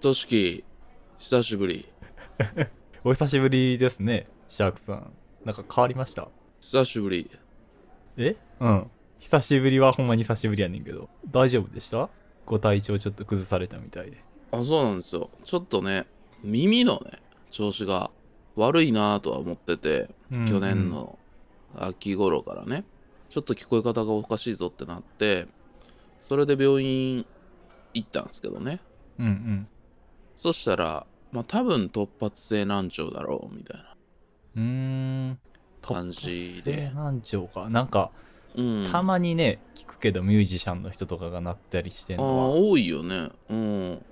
としき、久しぶり。お久しぶりですね、シャークさん。なんか変わりました久しぶり。えうん。久しぶりはほんまに久しぶりやねんけど、大丈夫でしたご体調ちょっと崩されたみたいで。あ、そうなんですよ。ちょっとね、耳のね、調子が悪いなぁとは思ってて、うん去年。の秋頃からね、ちょっと聞こえ方がおかしいぞってなって、それで病院行ったんですけどね。うんうん。そしたら、まあ多分突発性難聴だろう、みたいな。うーん。感じで突発性難聴か。なんか、うん。たまにね、聞くけど、ミュージシャンの人とかがなったりしてんああのは。多いよねうん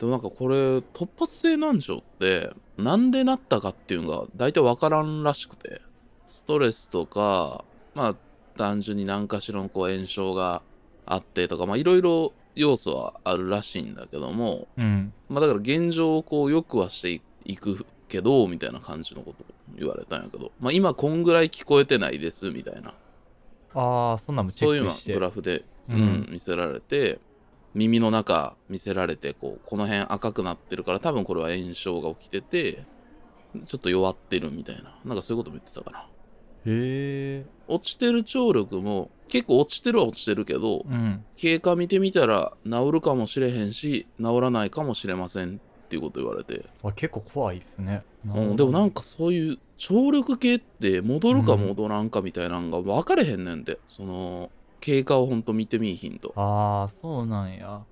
でもなんかこれ突発性難聴ってなんでなったかっていうのが大体分からんらしくてストレスとかまあ単純に何かしらのこう炎症があってとかまあいろいろ要素はあるらしいんだけどもうん。まあだから現状をこう良くはしていくけどみたいな感じのことを言われたんやけどまあ今こんぐらい聞こえてないですみたいなああ、そんなんもチそェういうッのクはして。グラフで、ううんん見せられて耳の中見せられてこうこの辺赤くなってるから多分これは炎症が起きててちょっと弱ってるみたいななんかそういうことも言ってたかなへえ。落ちてる聴力も結構落ちてるは落ちてるけど、うん。経過見てみたら治るかもしれへんし治らないかもしれませんっていうこと言われて、あ結構怖いですね。うんでもなんか、かそういう聴力系って戻るか戻らんかみたいなのが分かれへんねんで、その経過をほんと見てみいひんとああ、そうなんや。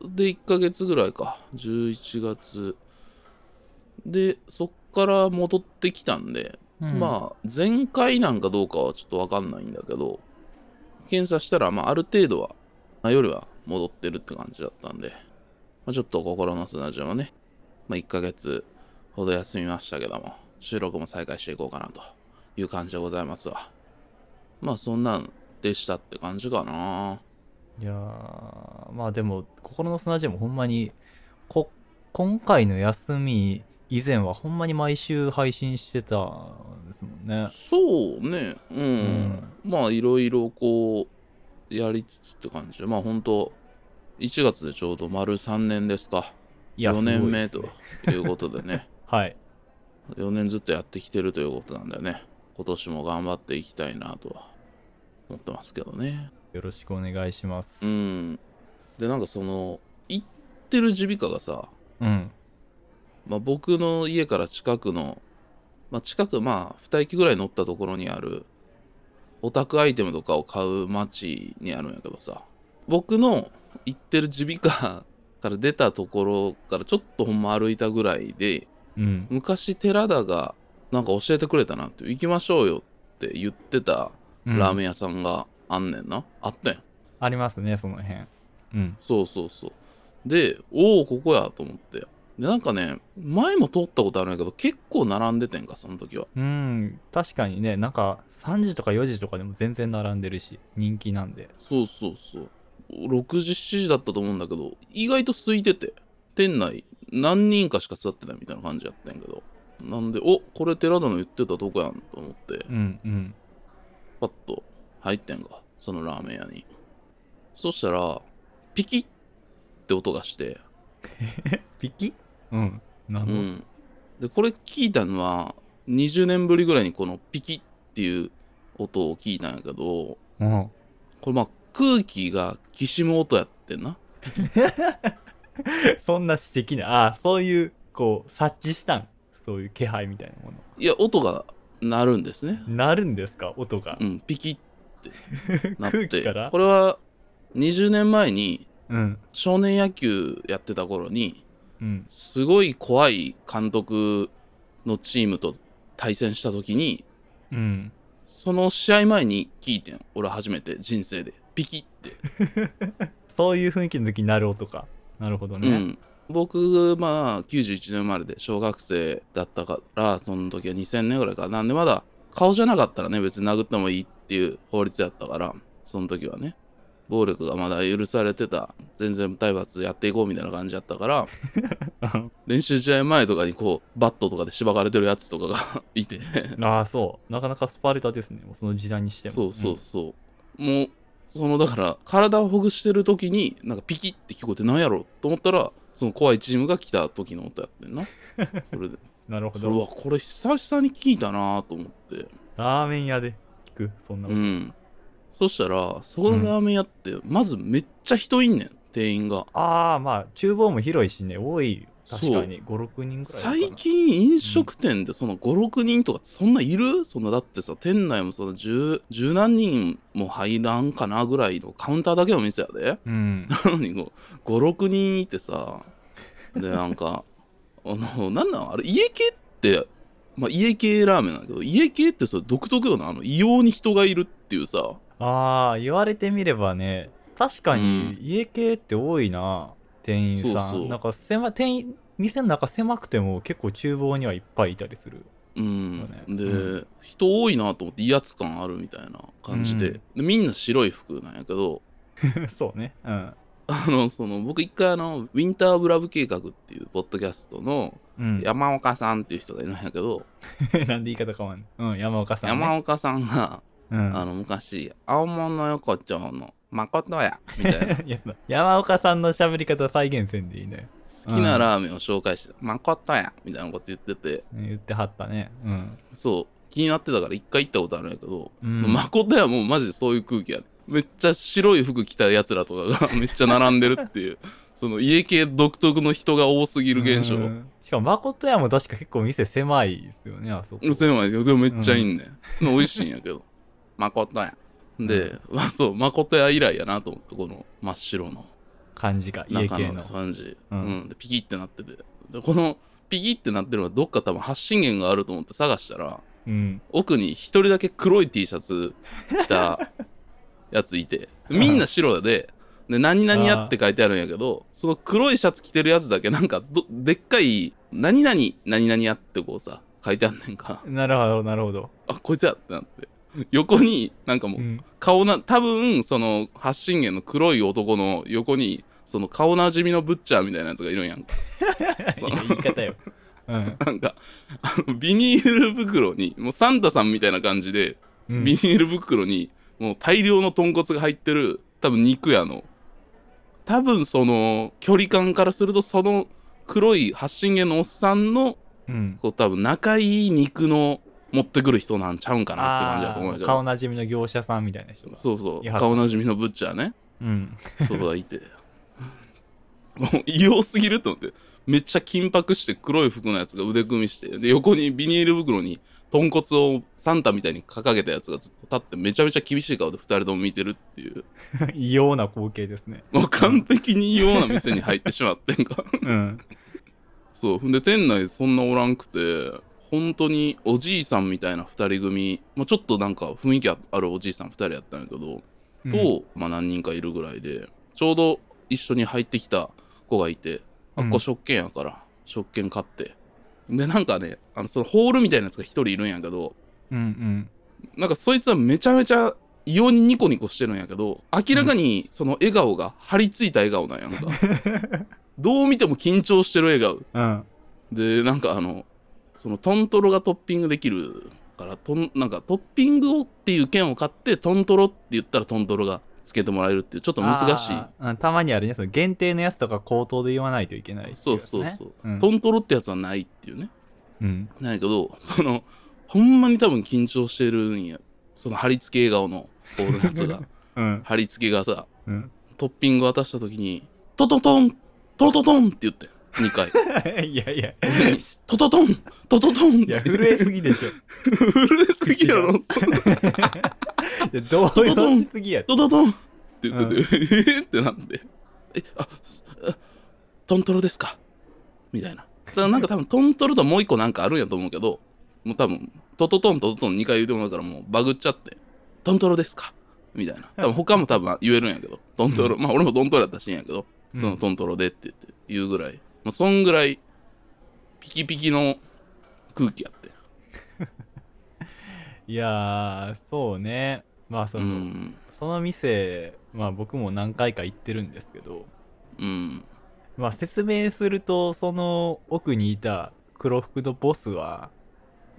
で、1ヶ月ぐらいか。11月。で、そっから戻ってきたんで、うん、まあ、前回なんかどうかはちょっとわかんないんだけど、検査したら、まあ、ある程度は、まあ、夜は戻ってるって感じだったんで、まあ、ちょっと心の砂地もね、まあ、1ヶ月ほど休みましたけども、収録も再開していこうかなという感じでございますわ。まあ、そんなんでしたって感じかな。いやーまあでも心の砂地もほんまにこ今回の休み以前はほんまに毎週配信してたんですもんね。そうねうん、まあいろいろこうやりつつって感じでまあ本当1月でちょうど丸3年ですかいや4年目すごといですねいうことでね はい。 4年ずっとやってきてるということなんでね今年も頑張っていきたいなとは思ってますけどねよろしくお願いします。う。んでなんかその行ってる耳鼻科がさ、うん。まあ、僕の家から近くの、まあ、近くまあ2駅ぐらい乗ったところにあるオタクアイテムとかを買う街にあるんやけどさ僕の行ってる耳鼻科から出たところからちょっとほんま歩いたぐらいでうん。昔寺田がなんか教えてくれたなって行きましょうよって言ってたラーメン。ン屋さんがあんねんな、あったやんありますね、その辺。うん。そうそうそうでおおここやと思ってでなんかね前も通ったことあるんやけど結構並んでてんかその時はうん。確かにね、なんか3時とか4時とかでも全然並んでるし、人気なんで。そうそうそう6時7時だったと思うんだけど意外と空いてて店内何人かしか座ってないみたいな感じやったんやけどなんでおこれ寺田の言ってたとこやんと思ってうんうん。パッと入ってんかそのラーメン屋にそしたらピキッって音がしてピキうん。なうるほど。んでこれ聞いたのは20年ぶりぐらいにこのピキッっていう音を聞いたんやけどうんこれまあ空気がきしむ音やってんな そんな詩的な、ああ、そういう、こう、察知したん。そういう気配みたいなもいや音が鳴るんですねの。なるんですか、音がう。んピキッなって空気からこれは20年前にうん。少年野球やってた頃にうん。すごい怖い監督のチームと対戦した時にうん。その試合前に聞いてん俺初めて人生でピキッて、そういう雰囲気の時になる音か。なるほどうね。ん僕まあ91年生まれで小学生だったからその時は2000年ぐらいかなんでまだ顔じゃなかったらね別に殴ってもいいっていう法律やったからその時はね暴力がまだ許されてた全然体罰やっていこうみたいな感じやったから練習試合前とかにこうバットとかでしばかれてるやつとかが いて ああ、そう。なかなかスパルタですね。もうその時代にしても。そうそうそう、もうそのだから体をほぐしてる時になんかピキって聞こえてなんやろと思ったらその怖いチームが来た時の音やって んなそれでなるほそれどはこれ久々に聞いたなと思ってラーメン屋で聞くそんなうこと、んそしたらそこのラーメン屋ってまずめっちゃ人いんねん店員がああまあ厨房も広いしね多い確かに56人くらいかな最近飲食店でその56人とかそんないるそのだってさ店内もその十十何人も入らんかなぐらいのカウンターだけの店やでう んなのにこう56人いてさでなんかあのなんなんあれ家系ってまあ家系ラーメンなんだけど家系ってそれ独特よなあの異様に人がいるっていうさああ言われてみればね確かに家系って多いな、店員さんそうそうなんか狭い店員店の中狭くても結構厨房にはいっぱいいたりする うんそうね、で、う人多いなと思って威圧感あるみたいな感じで,、うんでみんな白い服なんやけどそうねうんあのその僕一回あのウィンターブラブ計画っていうポッドキャストのうん、山岡さんっていう人がいるんやけど、 なんで言い方変わんのうん山岡さん、ね、山岡さんが、うんあの昔青物横丁の誠やみたいな いや山岡さんの喋り方再現せんでいいね好きなラーメンを紹介して「誠や」みたいなこと言ってて言ってはったねうんそう気になってたから一回行ったことあるんやけど、うんその誠やもうマジでそういう空気やねめっちゃ白い服着たやつらとかが めっちゃ並んでるっていうその家系独特の人が多すぎる現象うんしかも誠屋も確か結構店狭いですよねあそこ狭いよでもめっちゃいいんね、ん、美味しいんや けど誠やで、まあ そう誠や以来やなと思ってこの真っ白の感じが家中系のの感じ、うんうん、でピキってなっててでこのピキってなってるのはどっか多分発信源があると思って探したらうん奥に一人だけ黒い T シャツ着たやつい てみんな白でで何々やって書いてあるんやけどその黒いシャツ着てるやつだけなんかどでっかい何々何々やってこうさ書いてあんねんかなるほどなるほど、あこいつやってなって横になんかもう、うん 顔な多分その発信源の黒い男の横にその顔なじみのブッチャーみたいなやつがいるんやんかそういや言い方ようんなんかあのビニール袋にもうサンタさんみたいな感じでうんビニール袋にもう大量の豚骨が入ってる多分肉屋の多分その距離感からするとその黒い発信源のおっさんのうんこう多分仲いい肉の持ってくる人なんちゃうんかなって感じだと思うんやあーけ顔どなじみの業者さんみたいな人がそうそういや顔なじみのブッチャーねうん そうだいてもう異様すぎると思ってめっちゃ緊迫して黒い服のやつが腕組みしてで横にビニール袋に豚骨をサンタみたいに掲げたやつがずっと立ってめちゃめちゃ厳しい顔で2人とも見てるっていう異様な光景ですねもう完璧に異様な店に入ってしまってんか うんそうほんで店内そんなおらんくて本当におじいさんみたいな2人組、まあ、ちょっとなんか雰囲気あるおじいさん2人やったんやけど、と、まあ、何人かいるぐらいでちょうど一緒に入ってきた子がいて、あうんっこ食券やから食券買ってでなんかねあのそのホールみたいなやつが一人いるんやけどうんうんなんかそいつはめちゃめちゃ異様にニコニコしてるんやけど明らかにその笑顔が張り付いた笑顔なん やんか、どう見ても緊張してる笑顔うんうんでなんかあのその豚トロがトッピングできるからとんなんかトッピングをっていう券を買って豚トロって言ったら豚トロがつけてもらえるっていうちょっと難しいあーうんたまにあるねその限定のやつとか口頭で言わないといけないっていそうそうそう、うん豚トロってやつはないっていうねうんなんやけどそのほんまに多分緊張してるんやその貼り付け笑顔のホールのやつ がうん貼り付けがさうん トッピング渡した時にトトトントトトンって言って2回 いやいやトトトントトトンっいや て震えすぎでしょ 震えすぎやろいや動揺しすぎやドドドンって言ってて、えーってなんで、え、あ、すあトントロですかみたいな。だからなんか多分トントロともう一個なんかあるんやと思うけど、もう多分、トトトントトトン2回言うてもらうからもうバグっちゃって、トントロですかみたいな。多分他も多分言えるんやけど、トントロ、まあ俺もトントロやったらしいんやけど、そのトントロでって言って言うぐらい、もうそんぐらいピキピキの空気やって。いやーそうねまあそうの、ん。その店まあ僕も何回か行ってるんですけどうん。まあ説明するとその奥にいた黒服のボスは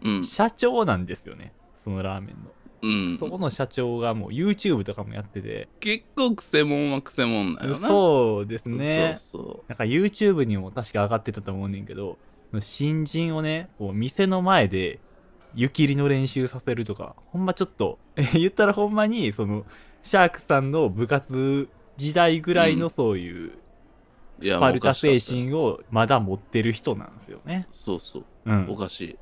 うん。社長なんですよねそのラーメンのうんそこの社長がもう YouTube とかもやってて、結構くせもんはくせもんだよなそうですねそうそなんか YouTube にも確か上がってたと思うねんけど新人をねこう店の前で湯切りの練習させるとかほんまちょっと 言ったらほんまにそのシャークさんの部活時代ぐらいうのそういうういやスパルもうおかタしかっ精た神をまだ持ってる人なんですよね。そうそううん、おかしい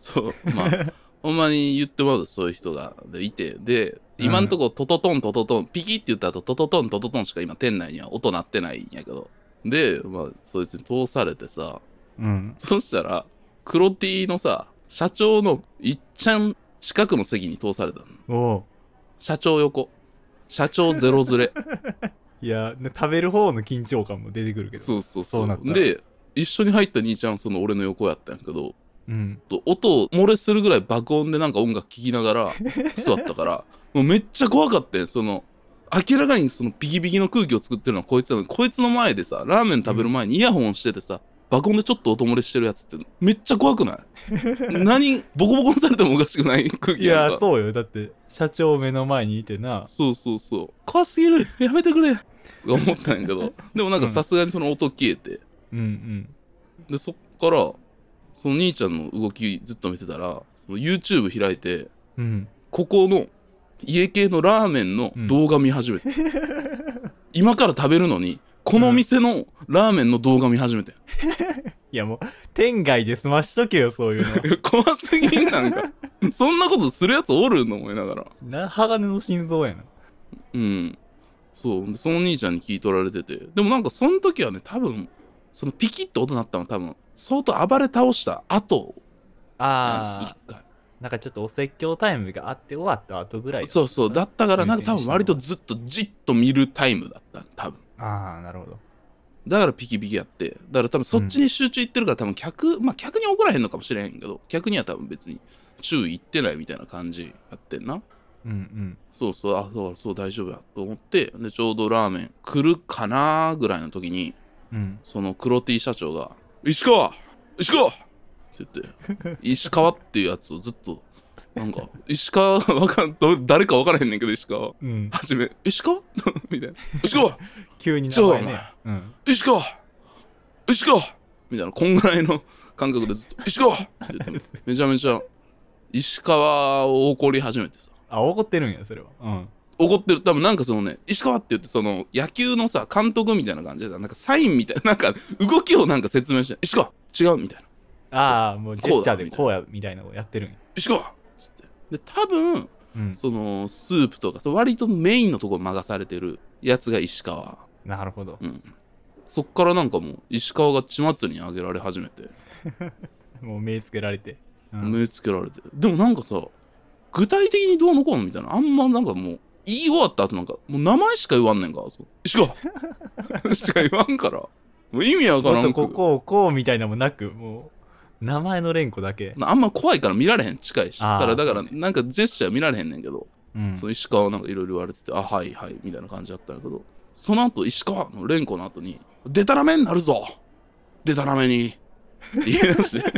そうまあ ほんまに言ってもらうとそういう人がでいてで今んとこトトトントトトンピキって言った後トトトントトトンしか今店内には音鳴ってないんやけどでまあそいつに通されてさうん、そしたら黒 T のさ社長のいっちゃん近くの席に通されたのおう社長横社長ゼロ ずれいやな食べる方の緊張感も出てくるけどそうそうそそうなうんだで一緒に入った兄ちゃんその俺の横やったんやけどうん、音を漏れするぐらい爆音でなんか音楽聴きなが ら座ったからもうめっちゃ怖かったよその明らかにそのビキビキの空気を作ってるのはこいつなのにこいつの前でさラーメン食べる前にイヤホンしててさ爆音でちょっと音漏れしてるやつってめっちゃ怖くない 何ボコボコにされてもおかしくない空い気やんやかそうよだって社長目の前にいてなそうそうそう怖すぎるやめてくれが思ったんやけ どでもなんかさすがにその音消えてうんうんでそっからその兄ちゃんの動きずっと見てたらその YouTube 開いてうんここの家系のラーメンの動画見始 めて、今から食べるのにこの店のラーメンの動画見始めて、いやもう天外で済ましとけよそういう怖すぎん なんかそんなことするやつおるの思いながらのな鋼の心臓やなうんそうでその兄ちゃんに聞い取られててでもなんかその時はね多分そのピキッと音鳴ったの多分相当暴れ倒した後なんですあ一回ー なんかちょっとお説教タイムがあって終わった後ぐらいそうそうだったからなんか多分割と優先ずっとじっと見るタイムだった多分ああなるほどだからピキピキやってだから多分そっちに集中いってるから、多分客まあ客に怒らへんのかもしれへんけど客には多分別に注意いってないみたいな感じやってんなうんうんそうそうあだからそう大丈夫やと思ってでちょうどラーメン来るかなぐらいの時にうんその黒 T 社長が「石川石川!」って言って石川っていうやつをずっとなんか石川わかんど誰か分からへんねんけど石川うん、はじめ「石川? 」 みたいな「石川急に名じゃあ前ね、うん、石川石川みたいなこんぐらいの感覚でずっと「石川!」って言ってもめちゃめちゃ石川を怒り始めてさあ怒ってるんやそれはうん怒ってる多分なんかそのね石川って言ってその野球のさ監督みたいな感じでさなんかサインみたいななんか動きをなんか説明して「石川違う」みたいなああもうジェスチャーでここうやみたいなのをやってるんや「石川!」っつってで多分うんそのスープとかそう割とメインのところ任されてるやつが石川なるほどうんそっからなんかもう石川が血祭りに上げられ始めてもう目つけられて、うん目つけられてでもなんかさ具体的にどうのこうのみたいなあんまなんかもう言い終わった後なんかもう名前しか言わんねんからそう石川しか言 わんからもう意味わかもらっんくとここをこうみたいなのもなくもう名前の連呼だけ、あんま怖いから見られへん近いしだあーからだからそうねなんかジェスチャー見られへんねんけど、うん、その石川なんかいろいろ言われててあはいはいみたいな感じだったんやけどその後石川の連呼の後に「でたらめになるぞでたらめに」って言い出して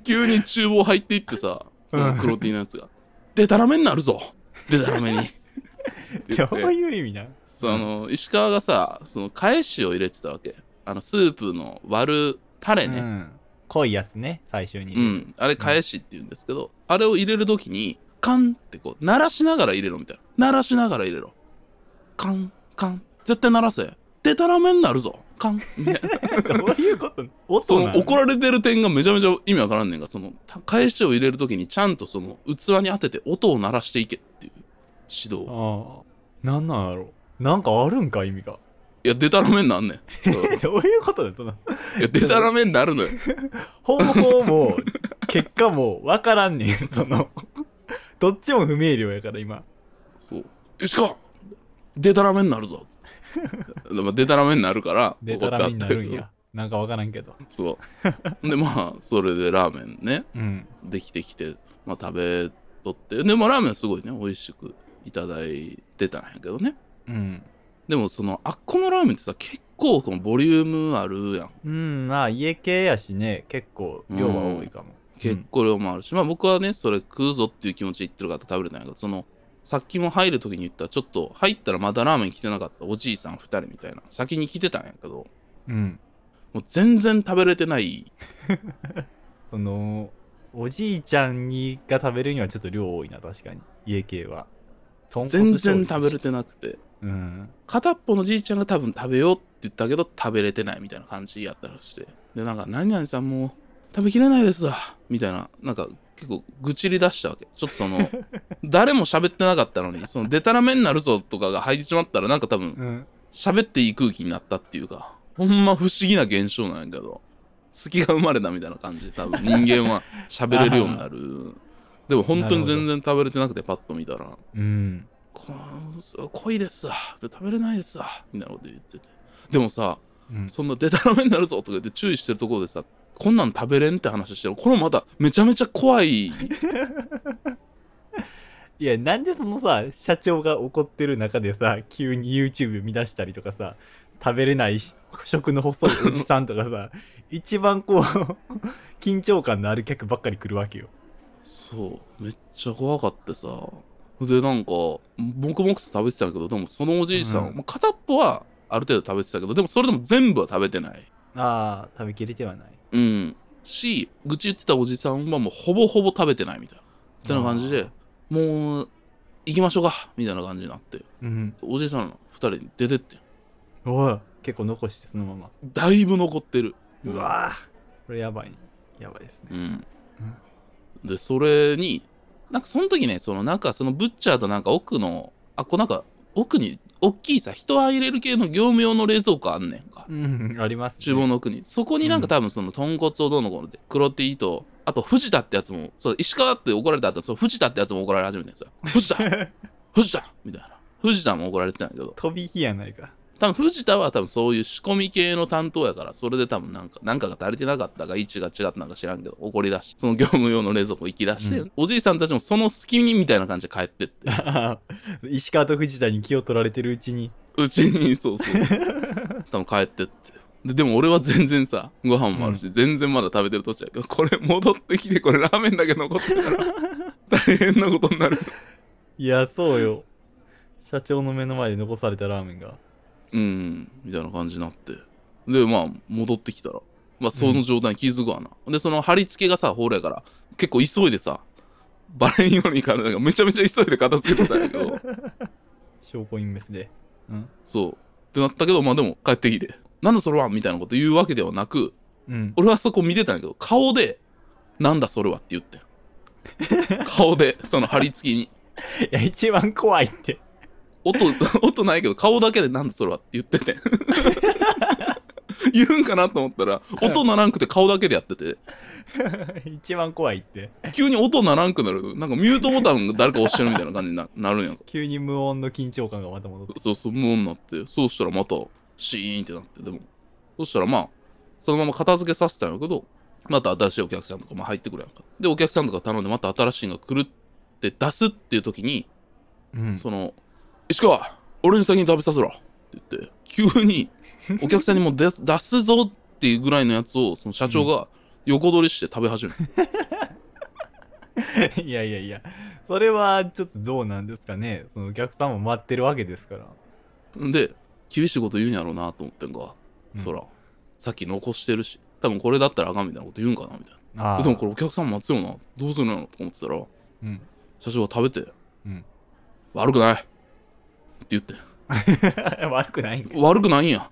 急に厨房入っていってさ、うん黒 T のやつが「でたらめになるぞでたらめに」って言どっう ていう意味なその石川がさその返しを入れてたわけあのスープの割るタレね、うん、濃いやつね最初に、うん、あれ返しって言うんですけど、あれを入れる時にカンってこう鳴らしながら入れろみたいな鳴らしながら入れろカンカン絶対鳴らせでたらめになるぞカンみたいなどういうこと音そなのの怒られてる点がめちゃめちゃ意味わからんねんがそのた返しを入れる時にちゃんとその器に当てて音を鳴らしていけっていう指導ああなんなんやろなんかあるんか意味がいやでたらめになんねんそう どういうことだよそのいやでたらめになるのよ方法も結果も分からんねん そのどっちも不明瞭やから今そう石川でたらめになる ぞでもでたらめになるからでたらめになるん怒ったっていうやなんか分からんけどそう。 で、まあ、それでラーメンね、うんできてきて、まあ、食べとって、でもラーメンすごいね、美味しくいただいてたんやけどね。うんでも、その、あっこのラーメンってさ、結構このボリュームあるやん。うんまあ家系やしね結構量は多いかも、結構量もあるし、まあ僕はねそれ食うぞっていう気持ちで言ってるから食べれないけどそのさっきも入る時に言ったちょっと入ったらまだラーメン来てなかったおじいさん2人みたいな先に来てたんやけどうんもう全然食べれてないそのおじいちゃんにが食べるにはちょっと量多いな確かに家系は豚骨全醤油然食べれてなくてうん片っぽのじいちゃんが多分食べようって言ったけど食べれてないみたいな感じやったらしくてでなんか「何々さんもう食べきれないですわ」みたいななんか結構愚痴り出したわけちょっとその誰も喋ってなかったのにその「でたらめになるぞ」とかが入りちまったらなんか多分うん喋っていい空気になったっていうかほんま不思議な現象なんやけど隙が生まれたみたいな感じで多分人間は喋れるようになるでも本当に全然食べれてなくてパッと見たらうんこ濃いですわで食べれないですわみたいなこと言っててでもさうんそんなデタラメになるぞとか言って注意してるところでさこんなん食べれんって話してるこれまためちゃめちゃ怖いいやなんでそのさ社長が怒ってる中でさ急に YouTube 見出したりとかさ食べれないし食の細いおじさんとかさ 一番こう 緊張感のある客ばっかり来るわけよそうめっちゃ怖かってさでなんか黙々と食べてたけどでもそのおじいさん、うんまあ片っぽはある程度食べてたけどでもそれでも全部は食べてないああ食べきれてはないうんし愚痴言ってたおじさんはもうほぼほぼ食べてないみたいなみたいな感じでもう行きましょうかみたいな感じになってうんおじさんら二人に出てっておい結構残してそのままだいぶ残ってるうわーこれやばいやばいですねうんでそれになんかその時ねそのなんかそのブッチャーとなんか奥のあこうなんか奥に大きいさ人は入れる系の業務用の冷蔵庫あんねんかうんあります、ね、厨房の奥にそこになんか多分その豚骨をどうのこうので黒ティとあと藤田ってやつもそう石川って怒られた後そう藤田ってやつも怒られ始めてんですよ藤田藤田みたいな藤田も怒られてたんだけど 飛び火やないか多分藤田は多分そういう仕込み系の担当やからそれで多分なんかなんかが足りてなかったか位置が違ったなんか知らんけど怒り出してその業務用の冷蔵庫行き出して、うんおじいさんたちもその隙にみたいな感じで帰ってって石川と藤田に気を取られてるうちにうちにそう そうそう多分帰ってってででも俺は全然さご飯もあるし、全然まだ食べてる途中やけどこれ戻ってきてこれラーメンだけ残ってたら大変なことになるいやそうよ社長の目の前で残されたラーメンがうん、みたいな感じになって。で、まあ、戻ってきたら、まあ、その状態に気づくわな。で、その貼り付けがさ、ホールやから、結構急いでさ、バレんようにから、なんかめちゃめちゃ急いで片付けてたんやけど、証拠隠滅でうんそう。ってなったけど、まあでも帰ってきて、なんだそれはみたいなこと言うわけではなく、うん俺はそこ見てたんやけど、顔で、なんだそれはって言ってん。顔で、その貼り付きに。いや一番怖いって 音、 音ないけど、顔だけでなんだそれはって言って て。言うんかなと思ったら、音ならんくて顔だけでやってて。一番怖いって急に音鳴らんくなるなんかミュートボタンが誰か押してるみたいな感じにな なるんやんか急に無音の緊張感がまた戻ってそうそう無音になってそうしたらまたシーンってなってでもそしたらまあそのまま片付けさせたんやけどまた新しいお客さんとかも入ってくるやんかでお客さんとか頼んでまた新しいのが来るって出すっていう時に、うんその「石川俺に先に食べさせろ」って言って急にお客さんにもう出 出すぞっていうぐらいのやつをその社長が横取りして食べ始めた、 いやいやいやそれはちょっとどうなんですかねそのお客さんも待ってるわけですからん、で厳しいこと言うんやろうなと思ってんかうんそら、さっき残してるし、多分これだったらあかんみたいなこと言うんかなみたいあな。あでもこれお客さん待つよな、どうするのやろと思ってたら、うん 社長が食べて、うん悪くないって言って、悪くないんかい悪くないんや、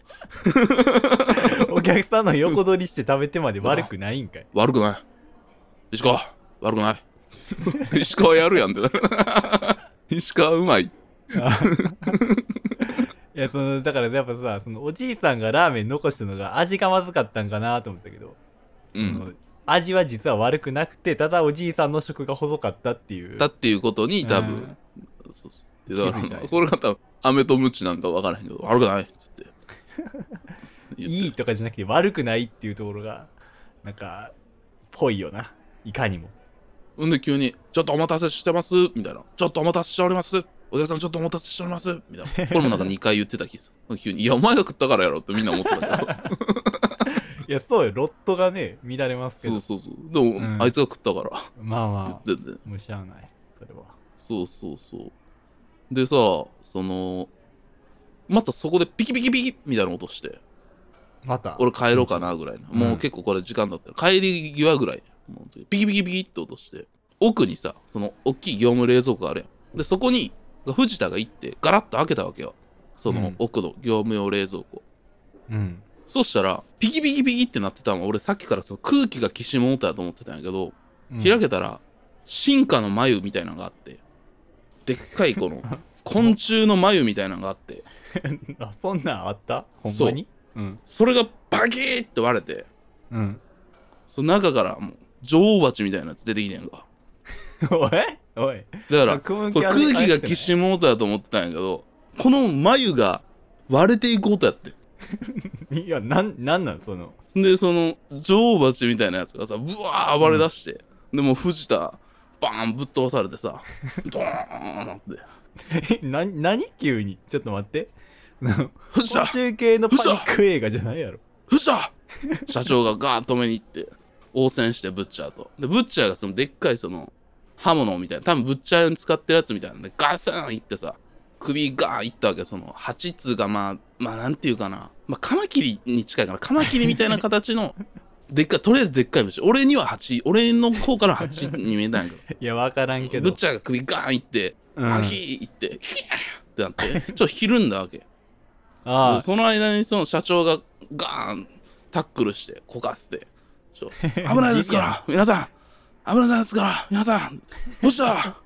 お客さんの横取りして食べてまで悪くないんかい悪くない。 石川、悪くない。石川やるやんってな る。石川うまい。いやそのだからやっぱさそのおじいさんがラーメン残したのが味がまずかったんかなと思ったけど、うそのん。味は実は悪くなくてただおじいさんの食が細かったっていうだっていうことに多分、そうそうでだ気づかいたんら、やこれが多分、アメとムチなんか分からへんけど、悪くないって言って。うん言っていいとかじゃなくて悪くないっていうところがなんかぽいよないかにもほんで急に、ちょっとお待たせしてます、みたいな。ちょっとお待たせしております。お客さんちょっとお待たせしております、みたいな。これもなんか2回言ってた気がする。急に、いや、お前が食ったからやろってみんな思ってたけど。いや、そうよ、ロットがね、乱れますけそどう。そうそうでも、うんあいつが食ったからまあ言まっあ、ててもうしゃあない、それは。そうそうそうでさそのまたそこでピキピキピキみたいな音してまた。俺帰ろうかなぐらいな、うんもう結構これ時間だったら帰り際ぐらいもうピキピキピキって落として奥にさその大きい業務冷蔵庫があるやんでそこに藤田が行ってガラッと開けたわけよその奥の業務用冷蔵庫、うん。そしたらピキピキピキってなってたの俺さっきからその空気がきしむ音やと思ってたんやけど、うん開けたら進化の眉みたいなのがあってでっかいこ の昆虫の眉みたいなのがあってあ、そんなんあったほんまにうん。それがバキーって割れてうん。 その中からもう女王蜂みたいなやつ出てきてんかおいおい。だからこれこれ空気がきしむ音やと思ってたんやけどこの眉が割れていく音やっていや、なん、なんなんその。でその女王蜂みたいなやつがさぶわー暴れだして、でもう藤田バーンぶっ飛ばされてさドーンってえな、何急にちょっと待って。藤田中系のパニック映画じゃないやろ。藤田社長がガーッ止めに行って応戦してブッチャーとでブッチャーがそのでっかいその刃物みたいな多分ブッチャーに使ってるやつみたいなんでガスーンいってさ首ガーンいったわけよその8つがまあまあなんていうかなまあカマキリに近いからカマキリみたいな形の でっかいとりあえずでっかい虫俺には8俺の方から8に見えたんやけいや、わからん けどブッど。チャーが首ガーンいってうんパキーンいってヒャーってなってちょっとひるんだわけあであ、その間にその社長がガーンタックルしてこかせて「 ちょ危ないですから皆さん危ないですから皆さんもしだ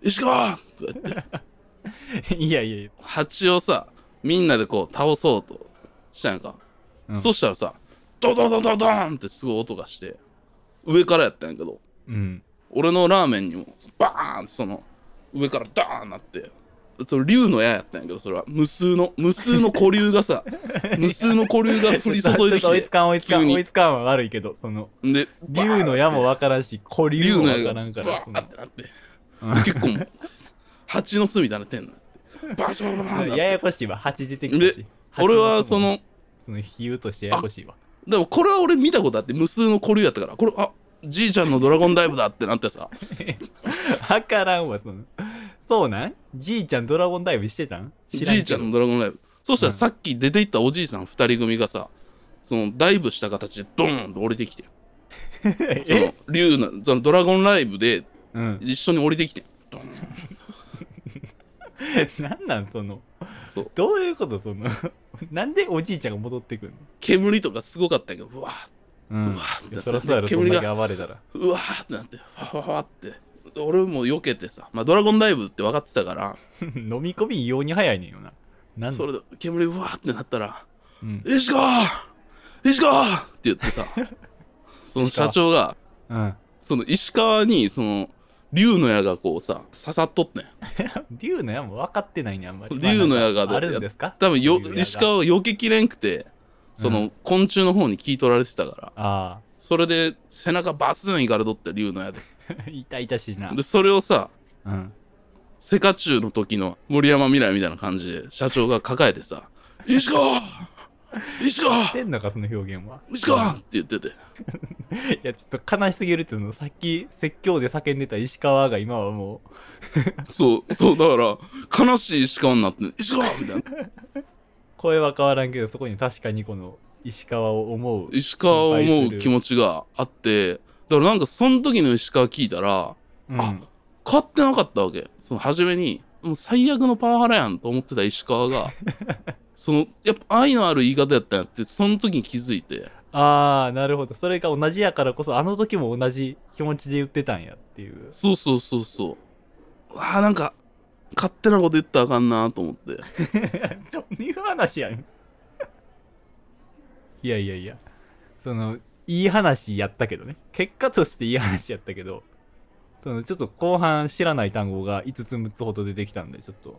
石川!」とか言っていやいやいや。蜂をさみんなでこう倒そうとしたやんか、うんそしたらさドドドドドーンってすごい音がして上からやったんやけどうん。俺のラーメンにもバーンってその上からダーンなってその竜の矢やったんやけどそれは無数の無数の古流が さ無数の古流が降り注いでちょっと追いつきかん追いつか急んに追いつかんは悪いけど、その、てで竜の矢もバーンってわからんし、古竜竜ものわ矢かがらんかバら。そーンっのてなってうん結構もう蜂の巣みたいになってんなってバシャバシャバシャバシャややこしいわ、8出てきたし。蜂俺はそもも、のその比喩としてややこしいわ。でもこれは俺見たことあって無数の古流やったからこれあじいちゃんのドラゴンダイブだってなってさわからんわ、その。そうなんじいちゃんドラゴンダイブしてたん知らじいちゃんのドラゴンライブそしたらさっき出ていったおじいさん2人組がさそのダイブした形でドーンと降りてきてんけそど えの竜のそのドラゴンライブでうん。一緒に降りてきてドーン なんなんそのそうどういうことその なんでおじいちゃんが戻ってくる煙とかすごかったけどうわのうー、うんわーってそならっそうやてろそん煙だがけ暴れたら うわーってなってファファファって俺も避けてさまあドラゴンダイブって分かってたから、飲み込み異様に早いねんよななんそれで煙うわーってなったらうん「石川石川!」って言って さその社長がうん その石川にその竜の矢がこうさ刺さっとってん竜の矢も分かってないねんあんまり竜の矢まがあなんかあるんですか多分よ竜の矢が石川は避けきれんくてその、う昆虫の方に聞い取られてたからあ それで背中バスンいかれとって竜の矢であ痛々しいなでそれをさうんセカチュウの時の森山未来みたいな感じで社長が抱えてさ「石川石知っ川てんのかその表現は石川!」って言ってていやちょっと悲しすぎるっていうのさっき説教で叫んでた石川が今はもうそうそうだから悲しい石川になって「石川!」みたいな声は変わらんけどそこに確かにこの石川を思う石川を思う気持ちがあってだからなんかその時の石川聞いたらうんあ買ってなかったわけその初めにもう最悪のパワハラやんと思ってた石川 がそのやっぱ愛のある言い方やったんやってその時に気づいてああなるほどそれが同じやからこそあの時も同じ気持ちで言ってたんやっていうそうそうそうそうあーなんか勝手なこと言ったらあかんなと思ってどういう話やねんいやいやいやそのいい話やったけどね結果としていい話やったけどそのちょっと後半知らない単語が5つ6つほど出てきたんでちょっと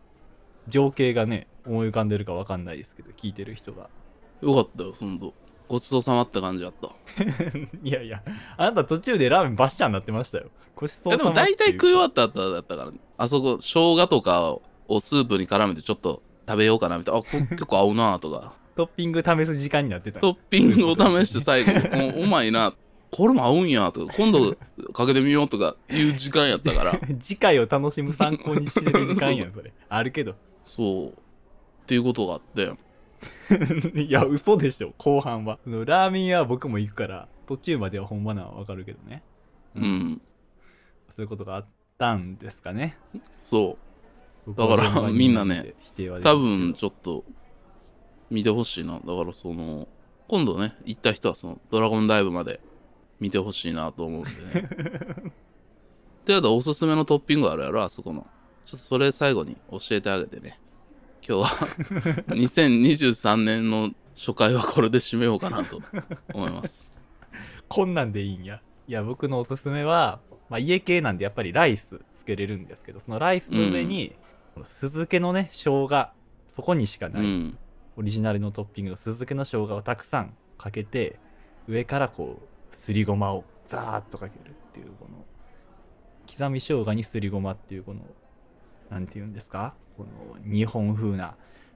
情景がね思い浮かんでるかわかんないですけど聞いてる人が よかったよほんとごちそうさまって感じやったいやいやあなた途中でラーメンバシャになってましたよごちそういやさまでもっていうか大体食い終わった後だったから、あそこ生姜とかをスープに絡めてちょっと食べようかなみたいなあこ結構合うなとかトッピング試す時間になってたトッピングを試して最後うんうまいなこれも合うんやとか今度かけてみようとかいう時間やったから 次回を楽しむ参考にしてる時 間やんそれあるけど そうっていうことがあっていや嘘でしょ後半はそのラーメン屋は僕も行くから途中までは本場なのはわかるけどねうん、そういうことがあったんですかねそだからみんなね否定はうできな多いけど分ちょっと見てほしいなだからその今度ね行った人はそのドラゴンダイブまで見てほしいなと思うんでねであとおすすめのトッピングあるやろあそこのちょっとそれ最後に教えてあげてね今日は2023年の初回はこれで締めようかなと思いますこんなんでいいんやいや僕のおすすめは、まあ、家系なんでやっぱりライスつけれるんですけどそのライスの上に、この酢漬けのね生姜そこにしかない、うんオリジナルのトッピングの酢漬けの生姜をたくさんかけて上からこうすりごまをザーッとかけるっていうこの刻み生姜にすりごまっていうこのなんていうんですかこの日本風な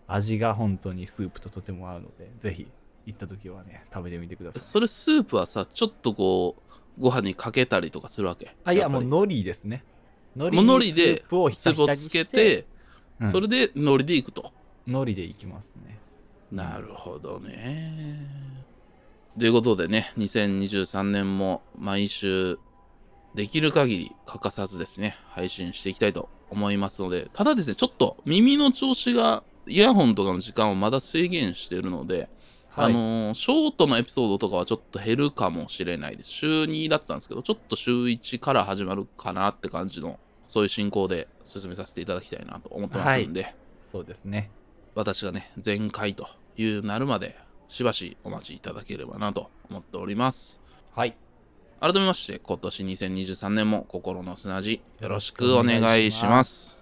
味が本当にスープととても合うのでぜひ行った時はね食べてみてくださいそれスープはさちょっとこうご飯にかけたりとかするわけあいやっぱもうり海苔ですね海もう海苔でスープをひスたーひプたをにつしけて、うんそれで海苔でいくと海苔でいきますねなるほどね。ということでね、2023年も毎週できる限り欠かさずですね、配信していきたいと思いますので、ただですね、ちょっと耳の調子が、イヤホンとかの時間をまだ制限しているので、はいあのーショートのエピソードとかはちょっと減るかもしれないです。週2だったんですけど、ちょっと週1から始まるかなって感じの、そういう進行で進めさせていただきたいなと思ってますんで、そうですね私がね、全開というなるまで、しばしお待ちいただければなと思っております。はい改めまして、今年2023年も心の砂地、よろしくお願いします。